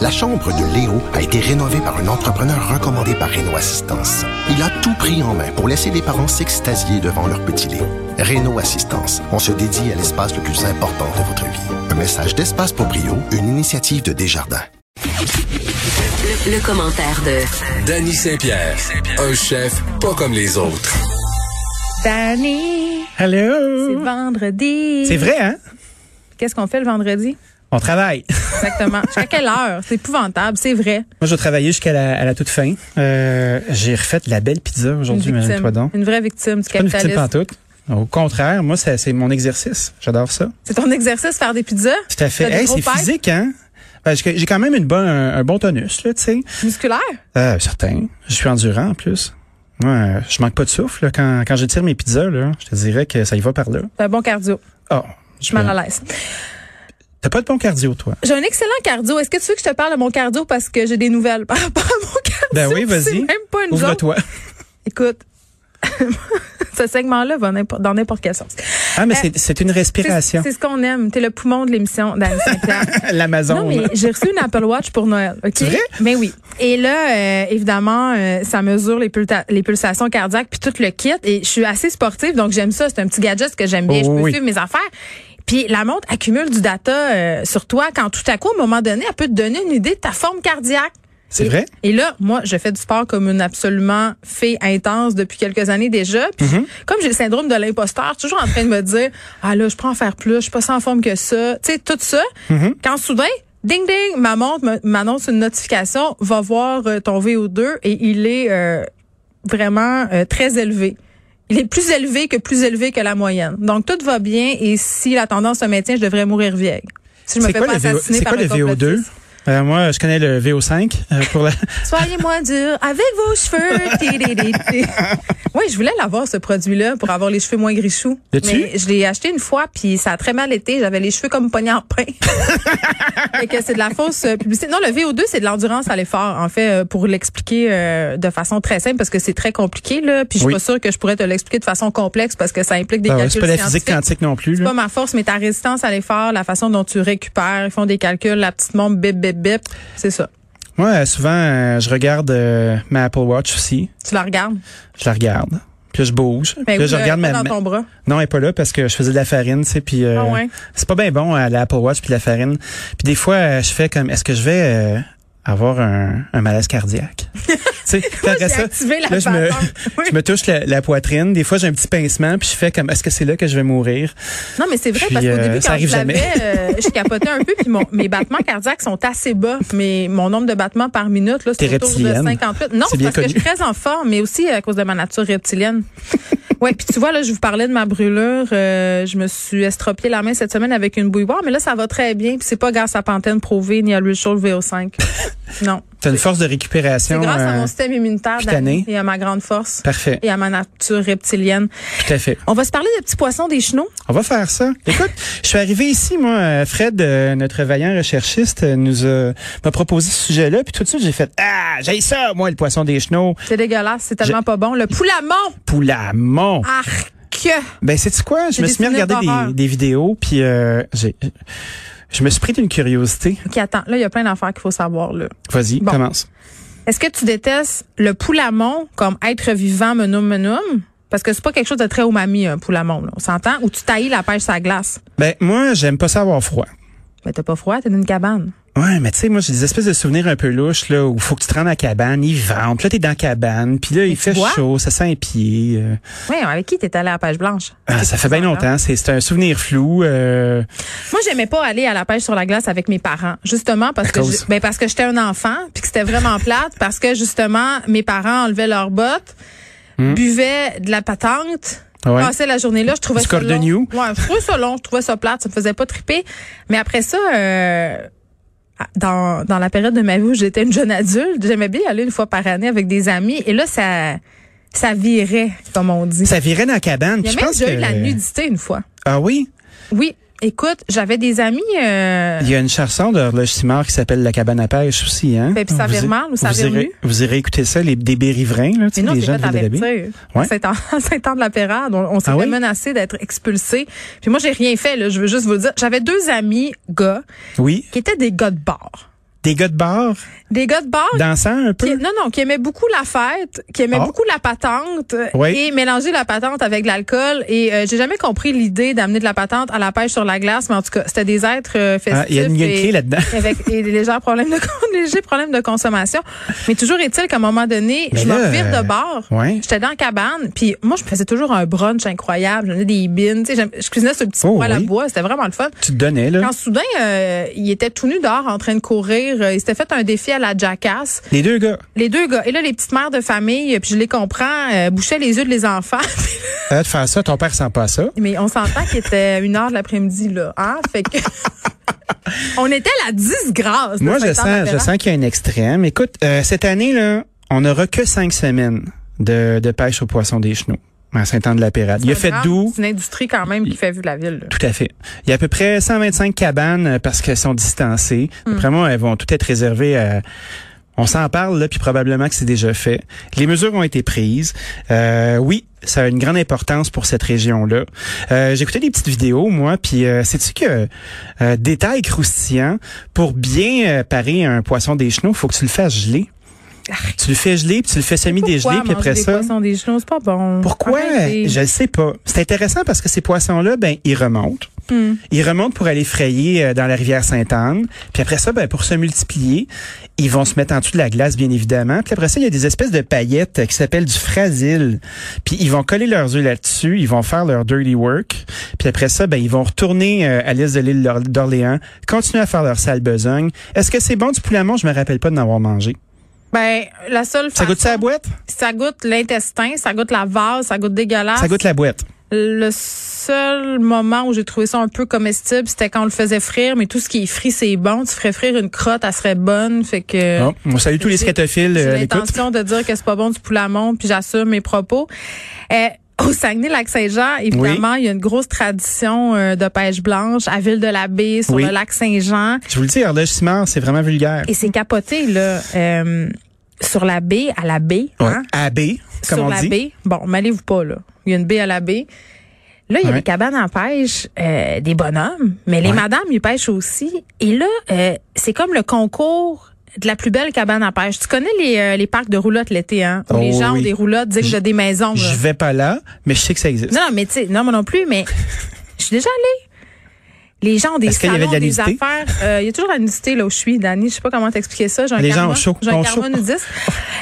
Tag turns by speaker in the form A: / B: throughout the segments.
A: La chambre de Léo a été rénovée par un entrepreneur recommandé par Renault Assistance. Il a tout pris en main pour laisser les parents s'extasier devant leur petit Léo. Renault Assistance, on se dédie à l'espace le plus important de votre vie. Un message d'espace pour Brio, une initiative de Desjardins.
B: Le, le commentaire de
C: Danny Saint-Pierre, un chef pas comme les autres.
D: Danny, c'est
E: Hello!
D: vendredi.
E: Mhm. C'est vrai, hein?
D: Qu'est-ce qu'on fait le vendredi?
E: On travaille.
D: Exactement. Jusqu'à quelle heure? C'est épouvantable, c'est vrai.
E: Moi, je vais travailler jusqu'à la, à la toute fin. Euh, j'ai refait de la belle pizza
D: Une
E: aujourd'hui,
D: victime.
E: imagine-toi donc.
D: Une vraie victime du
E: Pas une petite
D: capitalisme.
E: pantoute. Au contraire, moi, ça- c'est mon exercice. J'adore ça.
D: C'est ton exercice, faire des pizzas?
E: Tout à fait.
D: T'as des
E: Hey,
D: gros
E: c'est
D: pipes?
E: physique, hein? Parce que j'ai quand même une bonne, un, un bon tonus, là, tu sais.
D: Musculaire?
E: Euh, certain. Je suis endurant, en plus. Moi, euh, je manque pas de souffle. là. Quand, quand j'étire mes pizzas, là, je te dirais que ça y va par là.
D: T'as un bon cardio.
E: Oh,
D: Je suis mal à l'aise.
E: T'as pas de bon cardio, toi?
D: J'ai un excellent cardio. Est-ce que tu veux que je te parle de mon cardio parce que j'ai des nouvelles par rapport à mon cardio?
E: Ben oui,
D: C'est
E: vas-y.
D: même pas une joke.
E: Ouvre-toi.
D: Écoute, ce segment-là va n'importe- dans n'importe quelle sauce.
E: Ah, mais
D: Eh,
E: c'est- c'est une
D: C'est
E: respiration.
D: c'est ce qu'on aime. T'es le poumon de l'émission, Danny Saint-Pierre.
E: L'Amazon.
D: Non, mais
E: là.
D: j'ai reçu une Apple Watch pour Noël. OK?
E: C'est vrai?
D: Mais oui. Et là, euh, évidemment, euh, ça mesure les, pulta- les pulsations cardiaques puis tout le kit. Et je suis assez sportive, donc j'aime ça. C'est un petit gadget que j'aime bien.
E: Oh,
D: je peux
E: oui.
D: suivre mes affaires. Puis la montre accumule du data euh, sur toi quand tout à coup, à un moment donné, elle peut te donner une idée de ta forme cardiaque.
E: C'est
D: Et-
E: vrai?
D: Et là, moi, je fais du sport comme une absolument fée intense depuis quelques années déjà. Puis,
E: Mhm.
D: comme j'ai le syndrome de l'imposteur, je suis toujours en train de me dire, ah là, je prends en faire plus, je suis pas sans forme que ça. Tu sais, tout ça.
E: Mhm.
D: Quand soudain, ding ding, ma montre me- m'annonce une notification, va voir euh, ton VO2 et il est euh, vraiment euh, très élevé. Il est plus élevé que plus élevé que la moyenne. Donc, tout va bien et si la tendance se maintient, je devrais mourir vieille. Si je me
E: C'est
D: fais
E: quoi
D: pas
E: le VO
D: assassiner
E: c'est
D: par
E: quoi le
D: un
E: VO2?
D: complotiste.
E: Euh, moi, je connais le VO5 euh, pour la-
D: Soyez moins dur avec vos cheveux. Ti-di-di-di. oui, je voulais l'avoir ce produit-là pour avoir les cheveux moins grichous.
E: L'as-tu?
D: Mais je l'ai acheté une fois puis ça a très mal été. J'avais les cheveux comme pognés en pain. Fait que c'est de la fausse euh, publicité. Non, le VO2 c'est de l'endurance à l'effort. En fait, euh, pour l'expliquer euh, de façon très simple parce que c'est très compliqué là. Puis je suis
E: Oui.
D: pas sûre que je pourrais te l'expliquer de façon complexe parce que ça implique des
E: Ah ouais, c'est
D: calculs
E: pas la physique
D: scientifiques.
E: quantique non plus.
D: C'est
E: là.
D: pas ma force, mais ta résistance à l'effort, la façon dont tu récupères, ils font des calculs, la petite montre bip bip bip, c'est ça.
E: Moi, euh, souvent, euh, je regarde euh, ma Apple Watch aussi.
D: Tu la regardes.
E: Je la regarde. Puis là, je bouge.
D: Ben
E: puis là,
D: oui,
E: je
D: là,
E: regarde
D: pas
E: ma.
D: dans ton bras.
E: Non, elle est pas là parce que je faisais de la farine, tu sais. Puis euh,
D: Ah ouais.
E: c'est pas bien bon à l'Apple Watch puis la farine. Puis des fois, euh, je fais comme, est-ce que je vais euh, avoir un, un malaise cardiaque Tu sais, puis après
D: j'ai
E: ça,
D: activé la
E: là, je me,
D: patente. Oui.
E: je me touche la, la poitrine. Des fois, j'ai un petit pincement, puis je fais comme, est-ce que c'est là que je vais mourir
D: Non, mais c'est vrai,
E: Puis,
D: parce qu'au
E: euh,
D: début,
E: ça
D: quand
E: arrive
D: je l'avais, euh, je capotais un peu, puis mon, mes battements cardiaques sont assez bas, mais mon nombre de battements par minute, là,
E: T'es
D: c'est autour de
E: reptilienne.
D: 58. Non,
E: C'est
D: c'est
E: bien
D: parce que je suis très en forme, mais aussi euh, à cause de ma nature reptilienne. ouais, puis tu vois, là, je vous parlais de ma brûlure. euh, je me suis estropié la main cette semaine avec une bouilloire, mais là, ça va très bien, puis c'est pas grâce à Pantene Prouvé ni à Luchol VO5. non.
E: T'as une force de
D: C'est
E: récupération.
D: grâce à
E: euh,
D: mon système immunitaire
E: cutanée.
D: Dani, et à ma grande force
E: Parfait.
D: et à ma nature reptilienne.
E: Tout à fait.
D: On va se parler des petits poissons des chenaux.
E: On va faire ça. Écoute, je suis arrivé ici, moi, euh, Fred, euh, notre vaillant recherchiste, euh, nous a, m'a proposé ce sujet-là, puis tout de suite, j'ai fait, ah, j'ai ça, moi, le poisson des chenaux,
D: C'est dégueulasse, c'est tellement pas bon. Le poulamon,
E: poulamon.
D: arc.
E: Ben, c'est quoi? Je
D: Ah, J'ai
E: me
D: des
E: suis mis à
D: souvenirs
E: regarder
D: d'horreur.
E: des, des vidéos, puis euh, j'ai, je me suis pris d'une curiosité.
D: OK, attends, là, il y a plein d'affaires qu'il faut savoir, là.
E: Vas-y,
D: Bon.
E: commence.
D: Est-ce que tu détestes le poulamon comme être vivant menum menum? Parce que c'est pas quelque chose de très umami, un poulamon, là. On s'entend? Ou tu taillis la pêche à glace?
E: Ben, moi, j'aime pas savoir froid.
D: Mais t'as pas froid, t'es dans une cabane.
E: Ouais, mais tu sais, moi, j'ai des espèces de souvenirs un peu louches, là, où faut que tu te rendes à la cabane, il vente, là, t'es dans la cabane, puis là, il
D: tu
E: fait
D: bois?
E: chaud, ça sent un pied. euh.
D: Oui, avec qui t'es allé à la pêche blanche?
E: Ah, ça fait bien longtemps, c'est c'est un souvenir flou. euh,
D: Moi, j'aimais pas aller à la pêche sur la glace avec mes parents, justement parce que
E: cause?
D: je- ben parce que j'étais un enfant, puis que c'était vraiment plate, parce que justement mes parents enlevaient leurs bottes, buvaient de la patente.
E: Hmm? Ah Ouais.
D: passaient la journée là, je trouvais
E: Du
D: ça long.
E: cordonnier.
D: Ouais, je trouvais ça long, je trouvais ça plate, ça me faisait pas triper. Mais après ça, euh, à- dans, dans la période de ma vie où j'étais une jeune adulte, j'aimais bien aller une fois par année avec des amis. Et là, ça, ça virait, comme on dit.
E: Ça virait dans la cabane. puis
D: Il y a
E: je
D: même
E: pense
D: déjà
E: que...
D: eu de la nudité une fois.
E: Ah oui?
D: Oui, écoute, j'avais des amis. Euh,
E: Il y a une chanson d'Horloge Simard qui s'appelle La cabane à pêche aussi, hein?
D: Ben, puis ça
E: Vous-
D: vire mal ou ça
E: vous
D: vire
E: irez,
D: mieux?
E: vous irez écouter ça, les des bérivrins, là, tu
D: mais
E: sais,
D: non,
E: les
D: c'est
E: gens
D: pas
E: de ville de la baie.
D: t'avertir.
E: Ouais.
D: C'est en saint de la Pérade. On, on s'est
E: Ah
D: fait
E: oui?
D: menacer d'être expulsé. Puis moi, j'ai rien fait. Là. Je veux juste vous le dire. J'avais deux amis gars
E: Oui.
D: qui étaient des gars de bar.
E: Des gars de bar,
D: Des gars de bar
E: dansant un peu.
D: qui- non, non, qui aimait beaucoup la fête, qui aimait
E: Ah.
D: beaucoup la patente euh,
E: Oui.
D: et mélanger la patente avec de l'alcool. Et euh, j'ai jamais compris l'idée d'amener de la patente à la pêche sur la glace, mais en tout cas, c'était des êtres euh, festifs.
E: Ah, Il y a une, il y a une
D: et-
E: clé là-dedans.
D: avec et des légers problèmes de con- des légers problèmes de consommation. Mais toujours est-il qu'à un moment donné,
E: Mais
D: je
E: là,
D: me revire
E: euh,
D: de bord.
E: ouais.
D: J'étais dans la cabane, puis moi je me faisais toujours un brunch incroyable, j'avais des bines, tu sais, j'aime- je cuisinais ce petit
E: Oh,
D: poêle à
E: oui.
D: bois, c'était vraiment le fun.
E: Tu te donnais, là.
D: Quand soudain, euh, il était tout nu dehors en train de courir, euh, il s'était fait un défi à la jackass.
E: Les deux gars.
D: Les deux gars, et là les petites mères de famille, euh, puis je les comprends, euh, bouchaient les yeux de les enfants.
E: Euh, de faire ça, ton père sent pas ça.
D: Mais on s'entend qu'il était une heure de l'après-midi là, hein, fait que on était à la disgrâce. de
E: Moi, je
D: cette
E: sens, je
D: tempête-là.
E: sens qu'il y a un extrême. Écoute, euh, cette année, là, on n'aura que cinq semaines de, de pêche aux poissons des chenaux à Saint-Anne-de-la-Pérade. Il a fait
D: Grave,
E: doux.
D: C'est une industrie quand même qui fait vivre la ville. là.
E: Tout à fait. Il y a à peu près 125 cabanes euh, parce qu'elles sont distancées.
D: Hmm.
E: D'après moi, elles vont toutes être réservées à... On s'en parle, là, puis probablement que c'est déjà fait. Les mesures ont été prises. Euh, oui, ça a une grande importance pour cette région-là. Euh, J'écoutais des petites vidéos, moi, puis euh, sais-tu que euh, détail croustillant, pour bien euh, parer un poisson des chenaux, faut que tu le fasses geler. Tu le fais geler, puis tu le fais semi-dégeler,
D: Ah. Pourquoi
E: puis après
D: manger des
E: ça...
D: poissons, des genoux, c'est pas bon.
E: Pourquoi?
D: Arrêtez.
E: Je le sais pas. C'est intéressant parce que ces poissons-là, ben, ils remontent. Ils remontent pour aller frayer euh, dans la rivière Sainte-Anne. Puis après ça, ben, pour se multiplier, ils vont se mettre en dessous de la glace, bien évidemment. Puis après ça, il y a des espèces de paillettes euh, qui s'appellent du frasile. Puis ils vont coller leurs œufs là-dessus. Ils vont faire leur dirty work. Puis après ça, ben, ils vont retourner euh, à l'est de l'île d'Or- d'Orléans, continuer à faire leur sale besogne. Est-ce que c'est bon du poulet à mort? Je me rappelle pas d'en avoir mangé.
D: Ben, la seule
E: Ça
D: façon-
E: goûte ça la boîte?
D: Ça goûte l'intestin, ça goûte la vase, ça goûte dégueulasse.
E: Ça goûte la boîte.
D: Le seul moment où j'ai trouvé ça un peu comestible, c'était quand on le faisait frire, mais tout ce qui est frit, c'est bon. Tu ferais frire une crotte, elle serait bonne, fait que... euh,
E: Bon, on salue tous les scatophiles
D: J'ai
E: euh, à l'écoute.
D: l'intention de dire que c'est pas bon du poulet à monde, puis j'assume mes propos. Euh, au Saguenay-Lac-Saint-Jean, évidemment, il y a une grosse tradition euh, de pêche blanche à Ville-de-la-Baie, sur
E: Oui.
D: le lac Saint-Jean.
E: Je vous le dis, Ardèche Simard, c'est vraiment vulgaire.
D: Et c'est capoté, là, euh, sur la baie, à la baie.
E: Ouais.
D: hein,
E: À B, comme
D: sur
E: on
D: la
E: dit.
D: baie. Bon, m'allez-vous pas, là. Il y a une baie à la baie. Là, il y a
E: Ouais.
D: des cabanes en pêche, euh, des bonhommes, mais les madames, ils pêchent aussi. Et là, euh, c'est comme le concours de la plus belle cabane à pêche. Tu connais les, euh, les parcs de roulottes l'été, hein? Où les
E: Oh
D: gens
E: oui.
D: ont des roulottes dignes de des maisons. là.
E: Je vais pas là, mais je sais que ça existe.
D: Non, non, mais tu sais, non, moi non plus, mais je suis déjà allée. Les gens ont des
E: Est-ce qu'il y
D: salons,
E: avait de la
D: des
E: nudité?
D: affaires. Euh, Il y a toujours la nudité là où je suis, Dani. Je sais pas comment t'expliquer ça. J'ai un
E: Les gens
D: karma-
E: ont chaud,
D: J'ai un
E: ont
D: karma
E: chaud.
D: nudiste.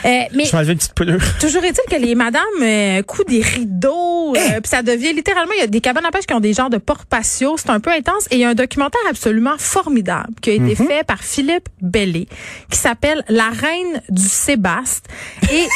D: Euh, mais
E: Je vais enlever une petite poulure.
D: Toujours est-il que les madames euh, coupent des rideaux,
E: Eh!
D: euh, puis ça devient littéralement, il y a des cabanes à pêche qui ont des genres de ports patio, c'est un peu intense. Et il y a un documentaire absolument formidable qui a été
E: Mhm.
D: fait par Philippe Bellé, qui s'appelle La Reine du Sébaste. Et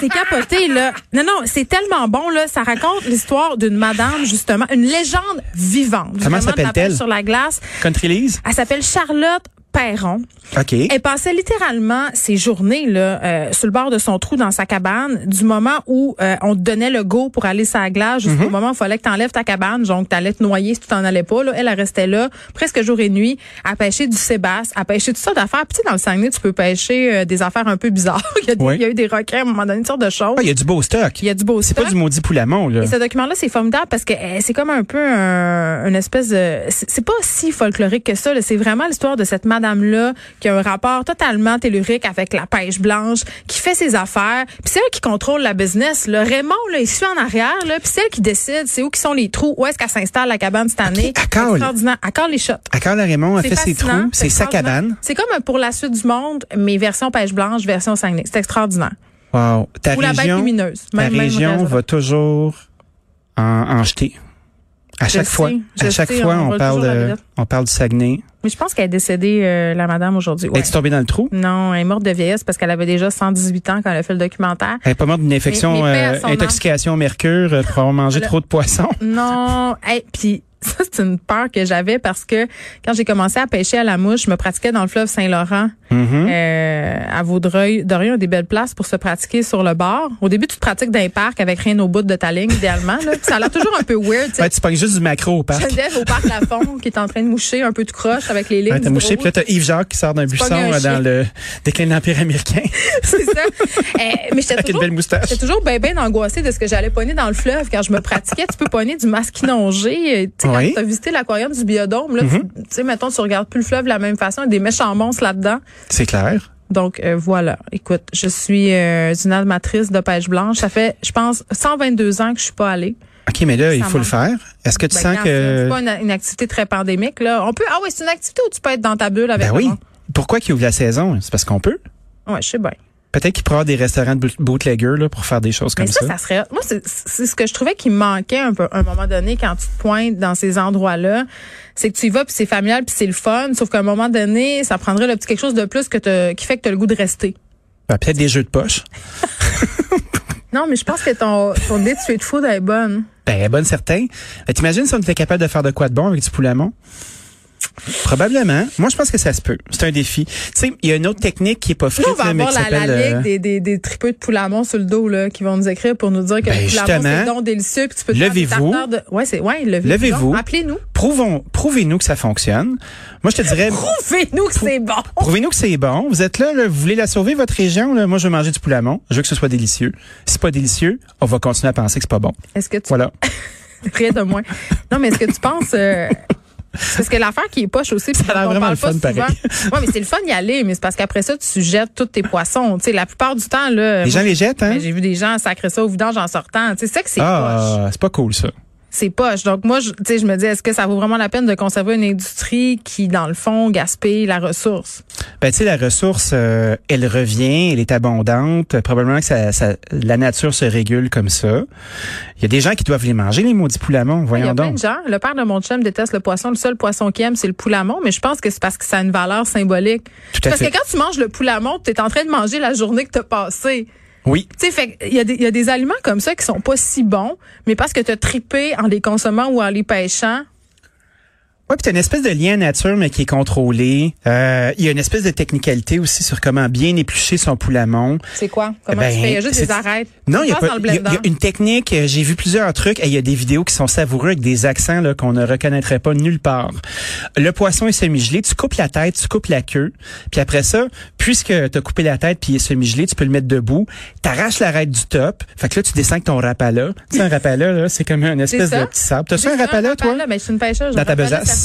D: c'est capoté, là. Non, non, c'est tellement bon, là. Ça raconte l'histoire d'une madame, justement, une légende vivante.
E: Comment
D: justement, de la
E: s'appelle-t-elle?
D: pêche Sur la glace.
E: Country Lise?
D: Elle s'appelle Charlotte Perron.
E: OK.
D: Elle passait littéralement ses journées là, euh, sur le bord de son trou dans sa cabane, du moment où euh, on te donnait le go pour aller sur la glace jusqu'au
E: Mhm.
D: moment où il fallait que tu enlèves ta cabane, donc tu allais te noyer si tu t'en allais pas. Là. Elle, elle restait là presque jour et nuit à pêcher du sébasse, à pêcher toutes sortes d'affaires. Puis tu sais, dans le Saguenay, tu peux pêcher euh, des affaires un peu bizarres. il, y a des-
E: Oui.
D: il y a eu des requins à un moment donné, une sorte de choses.
E: Ah, il y a du beau stock.
D: Il y a du beau
E: C'est
D: stock.
E: pas du maudit poulamon, là.
D: Et ce document-là, c'est formidable parce que euh, c'est comme un peu un- une espèce de... C'est c'est pas si folklorique que ça. là. C'est vraiment l'histoire de cette madame-là qui a un rapport totalement tellurique avec la pêche blanche, qui fait ses affaires. Puis c'est elle qui contrôle la business. Là. Raymond, là, il suit en arrière. Là, puis c'est elle qui décide c'est où qui sont les trous, où est-ce qu'elle s'installe la cabane cette année.
E: à Carl.
D: Extraordinaire. À Carl les shots.
E: À Carl Raymond a fait ses
D: fascinant,
E: trous, c'est sa
D: extraordinaire.
E: cabane.
D: C'est comme pour la suite du monde, mais version pêche blanche, version Saguenay. C'est extraordinaire.
E: Wow. Ta
D: Ou la bête
E: région,
D: lumineuse.
E: ta
D: Même- même
E: région
D: raison.
E: va toujours en, en jeter. À chaque
D: sais,
E: fois,
D: je
E: à chaque
D: sais,
E: fois,
D: on
E: on,
D: va
E: parle
D: toujours la
E: de,
D: vedette.
E: on parle du Saguenay.
D: Mais je pense qu'elle est décédée, euh, la madame, aujourd'hui. Ouais.
E: Es-tu tombée dans le trou?
D: Non, elle est morte de vieillesse parce qu'elle avait déjà 118 ans quand elle a fait le documentaire.
E: Elle est pas morte d'une infection,
D: mais paix à
E: euh,
D: son âme.
E: intoxication au mercure, euh, pour avoir mangé
D: Là.
E: trop de poissons.
D: Non, hey, puis ça c'est une peur que j'avais parce que quand j'ai commencé à pêcher à la mouche, je me pratiquais dans le fleuve Saint-Laurent,
E: Mm-hmm.
D: euh, à Vaudreuil, Dorion, des belles places pour se pratiquer sur le bord. Au début, tu te pratiques dans un parc avec rien au bout de ta ligne, idéalement. Là. Puis ça a l'air toujours un peu weird. tu sais.
E: Ouais, tu pognes juste du macro au parc.
D: Geneviève au parc Lafond qui est en train de moucher un peu de croche avec les lignes.
E: Ouais, t'as
D: du
E: mouché,
D: drôle.
E: puis là, t'as Yves Jacques qui sort d'un buisson
D: pognes un
E: euh, dans
D: chien.
E: le déclin de l'Empire américain.
D: C'est ça. Euh, mais j'étais
E: Avec une
D: toujours,
E: belle moustache.
D: j'étais toujours bien, bien angoissée de ce que j'allais pogner dans le fleuve quand je me pratiquais. tu peux pogner du masquinongé. euh, Tu sais, sais, quand
E: Oui. Mhm.
D: tu as visité l'aquarium du biodôme, là, tu- tu sais, mettons, tu regardes plus le fleuve de la même façon, il y a des méchants monstres là-dedans.
E: C'est clair.
D: Donc euh, voilà, écoute, je suis euh, une amatrice de pêche blanche. Ça fait, je pense, 122 ans que je suis pas allée.
E: OK, mais là, il
D: Ça
E: faut le
D: manque.
E: faire. Est-ce que tu
D: Ben,
E: sens
D: quand
E: que...
D: C'est pas une, une activité très pandémique là. On peut, ah oui, c'est une activité où tu peux être dans ta bulle avec.
E: Ben
D: le
E: oui.
D: monde.
E: Pourquoi qu'ils ouvrent la saison? C'est parce qu'on peut.
D: Ouais, je sais bien.
E: Peut-être qu'ils pourraient avoir des restaurants de boot- bootleggers là, pour faire des choses
D: Mais
E: comme
D: ça,
E: ça.
D: ça, serait. Moi, c'est c'est ce que je trouvais qui manquait un peu à un moment donné quand tu te pointes dans ces endroits-là. C'est que tu y vas, puis c'est familial, puis c'est le fun. Sauf qu'à un moment donné, ça prendrait le petit quelque chose de plus que t'as- qui fait que tu as le goût de rester.
E: Ben, Peut-être des jeux de poche.
D: Non, mais je pense que ton, ton idée de suite food elle est bonne.
E: Ben, bonne certaine. Ben, T'imagines si on était capable de faire de quoi de bon avec du poulet à mont? Probablement. Moi, je pense que ça se peut. C'est un défi. Tu sais, il y a une autre technique qui est pas frite,
D: Nous, on va
E: là, mais
D: avoir
E: qui
D: la, la
E: s'appelle...
D: ligue
E: euh,
D: des, des, des tripeux de poulamon sur le dos là, qui vont nous écrire pour nous dire que
E: Ben,
D: le poulamon, c'est
E: justement,
D: donc délicieux, puis tu peux te faire des
E: levez-vous.
D: tartares de... Ouais, c'est... Ouais, levez-vous.
E: Levez-vous.
D: donc. Appelez-nous.
E: Prouvons, prouvez-nous que ça fonctionne. Moi, je te dirais,
D: Prouvez-nous que c'est bon.
E: prouvez-nous que c'est bon. Vous êtes là, là, vous voulez la sauver, votre région. Là. Moi, je veux manger du poulet à mont. Je veux que ce soit délicieux. Si c'est pas délicieux, on va continuer à penser que c'est pas bon.
D: Est-ce que tu
E: Voilà.
D: Rien de moins. Non, mais est-ce que tu penses... euh, c'est parce que l'affaire qui est poche aussi, puis
E: a l'air
D: on
E: vraiment
D: parle
E: le fun,
D: pas souvent.
E: pareil.
D: Ouais, mais c'est le fun d'y aller, mais c'est parce qu'après ça, tu jettes tous tes poissons. Tu sais, la plupart du temps, là.
E: Les gens les jettent, hein?
D: Ben, J'ai vu des gens sacrer ça au vidange en sortant. Tu sais, c'est ça que c'est poche.
E: Ah, c'est pas cool, ça.
D: C'est poche. Donc, moi, je, tu sais, je me dis, est-ce que ça vaut vraiment la peine de conserver une industrie qui, dans le fond, gaspille la ressource?
E: Ben, tu sais, la ressource, euh, elle revient, elle est abondante. Euh, Probablement que ça, ça- la nature se régule comme ça. Il y a des gens qui doivent les manger, les maudits poulamons,
D: Ah, Il y
E: voyons
D: a plein
E: donc.
D: de gens. Le père de mon chum déteste le poisson. Le seul poisson qu'il aime, c'est le poulamon, mais je pense que c'est parce que ça a une valeur symbolique.
E: Tout à
D: parce
E: fait.
D: que quand tu manges le poulamon, tu es en train de manger la journée que tu as passée.
E: Oui,
D: Tu sais, fait qu'il y a des- il y, a des aliments comme ça qui sont pas si bons, mais parce que tu as tripé en les consommant ou en les pêchant.
E: Ouais, puis t'as une espèce de lien nature, mais qui est contrôlé. Euh, Il y a une espèce de technicalité aussi sur comment bien éplucher son poulamon.
D: C'est quoi? Comment
E: Ben,
D: tu fais? Il y a juste
E: c'est-
D: des arêtes.
E: Non,
D: Tu
E: il y a
D: passes
E: pas.
D: dans le
E: Il y a- il y,
D: blender.
E: a une technique. euh, J'ai vu plusieurs trucs. et Il y a des vidéos qui sont savoureux avec des accents là, qu'on ne reconnaîtrait pas nulle part. Le poisson est semi-gelé. Tu coupes la tête, tu coupes la queue. Puis après ça, puisque t'as coupé la tête puis il est semi-gelé, tu peux le mettre debout. T'arraches l'arête du top. Fait que là, tu descends avec ton rapala. Tu sais, un rapala, là, c'est comme une espèce
D: ça.
E: de petit sable. T'as
D: J'ai
E: ça un
D: fait
E: rapala, toi?
D: Ben, je suis une pêcheuse.
E: Dans
D: un
E: ta
D: rapala certain.
E: besace.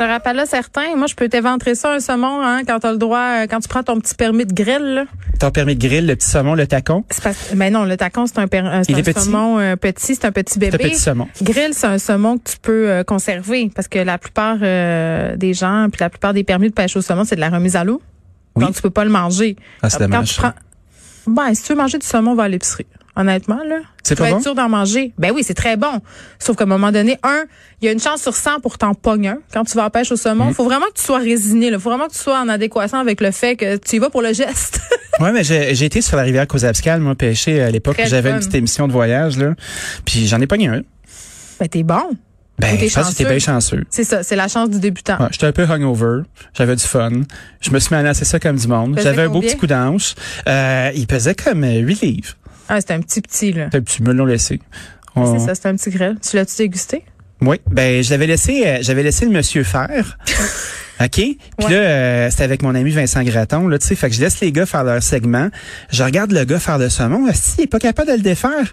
D: Un rapala certain. Moi, je peux t'éventrer ça, un saumon, hein, quand t'as le droit, euh, quand tu prends ton petit permis de grill, là.
E: Ton permis de grill, le petit saumon, le tacon.
D: C'est parce que, mais non, le tacon, c'est un, per- euh, c'est
E: Il
D: un
E: est petit.
D: saumon euh, petit, c'est un petit bébé.
E: petit saumon.
D: Grill, c'est un saumon que tu peux euh, conserver parce que la plupart euh, des gens, puis la plupart des permis de pêche au saumon, c'est de la remise à l'eau.
E: Oui.
D: Donc, tu peux pas le manger.
E: Ah, c'est
D: Quand
E: dommage,
D: tu
E: ça.
D: prends- Ben, si tu veux manger du saumon, va à l'épicerie. Honnêtement, là.
E: C'est
D: tu vas
E: pas
D: être
E: bon?
D: sûr d'en manger. Ben oui, c'est très bon. Sauf qu'à un moment donné, un, il y a une chance sur 100 pour t'en pogner un. Quand tu vas en pêche au saumon,
E: Mm.
D: faut vraiment que tu sois résiné, là. Faut vraiment que tu sois en adéquation avec le fait que tu y vas pour le geste.
E: Ouais, mais j'ai j'ai été sur la rivière Causabscal, moi, pêcher euh, à l'époque.
D: Très
E: J'avais
D: fun.
E: une petite émission de voyage, là. Puis j'en ai pogné un.
D: ben, t'es bon.
E: Ben,
D: Ou t'es
E: je pense que t'es
D: chanceux.
E: bien chanceux.
D: C'est ça, c'est la chance du débutant.
E: Ouais, j'étais un peu hungover, j'avais du fun. Je me suis mis à lancer ça comme du monde.
D: Pesait
E: J'avais un beau
D: combien?
E: petit coup d'anche. Euh, il pesait comme 8 livres.
D: Ah, c'est un petit petit, là.
E: T'as un petit me l'ont laissé. On-
D: C'est ça, c'est un petit grêle. Tu l'as-tu dégusté?
E: Oui, ben je l'avais laissé, euh, j'avais laissé le monsieur faire. OK? Puis
D: Ouais.
E: là, euh, c'était avec mon ami Vincent Gratton, là, tu sais, fait que je laisse les gars faire leur segment. Je regarde le gars faire le saumon. Ah, Si, il est pas capable de le défaire.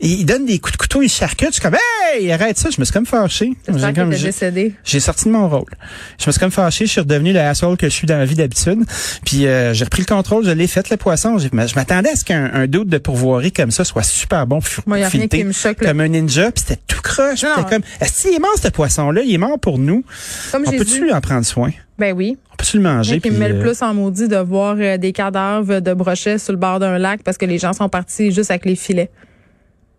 E: Il, il donne des coups de couteau, il charcute. Je suis comme, hey, arrête ça. Je me suis comme fâché.
D: J'espère
E: J'ai
D: qu'il
E: comme-
D: était
E: j'ai-
D: décédé.
E: j'ai sorti de mon rôle. Je me suis comme fâché, je suis redevenu le asshole que je suis dans la vie d'habitude. Puis euh, j'ai repris le contrôle, je l'ai fait le poisson. J'ai- Je m'attendais à ce qu'un un doute de pourvoirie comme ça soit super bon, fi-
D: Moi, y a rien
E: fileté,
D: qui me choque, là.
E: comme un ninja. Puis c'était tout croche.
D: Non,
E: C'était
D: non.
E: comme, est-ce qu'il est mort ce poisson-là Il est mort pour nous.
D: Comme
E: On
D: j'ai dit.
E: peut-tu en prendre soin
D: Ben oui.
E: On peut-tu le manger
D: Rien qui
E: puis,
D: me met le
E: euh,
D: plus en maudit de voir euh, des cadavres de brochets sur le bord d'un lac parce que les gens sont partis juste avec les filets.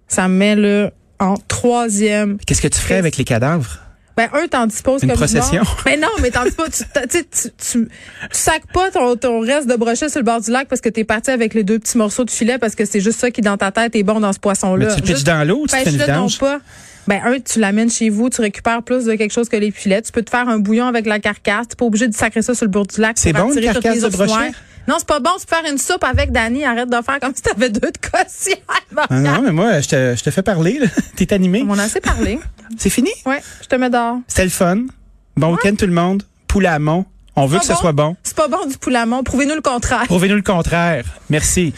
D: Ça me met, là, en troisième.
E: Qu'est-ce que tu ferais avec les cadavres
D: Ben, un, t'en disposes
E: Une
D: comme
E: procession.
D: mort. Mais non, mais t'en dis pas. Tu, t'as- tu, sais, tu, tu, tu sacs pas ton, ton reste de brochet sur le bord du lac parce que t'es parti avec les deux petits morceaux de filet parce que c'est juste ça qui, dans ta tête, est bon dans ce
E: Mais
D: poisson-là.
E: tu le pitches
D: Juste-
E: dans l'eau, ou tu te fais une
D: Pêche-le non
E: vidange.
D: pas. Ben, un, tu l'amènes chez vous, tu récupères plus de quelque chose que les filets. Tu peux te faire un bouillon avec la carcasse. T'es pas obligé de sacrer ça sur le bord du lac.
E: C'est
D: pour
E: bon, une
D: attirer toutes
E: carcasse
D: les
E: de
D: ours
E: brochet?
D: noires. Non, c'est pas bon. Tu peux faire une soupe avec Dani. Arrête de faire comme si t'avais deux de cossières.
E: Ah non, mais moi, je te, je te fais parler. là. T'es animé.
D: On en a assez parlé.
E: C'est fini
D: Ouais, je te mets dehors.
E: C'était le fun. Bon week-end tout le monde. Poulet à mont. On veut
D: Pas
E: que ce soit bon.
D: C'est pas bon du poulamon. Prouvez-nous le contraire.
E: Prouvez-nous le contraire. Merci.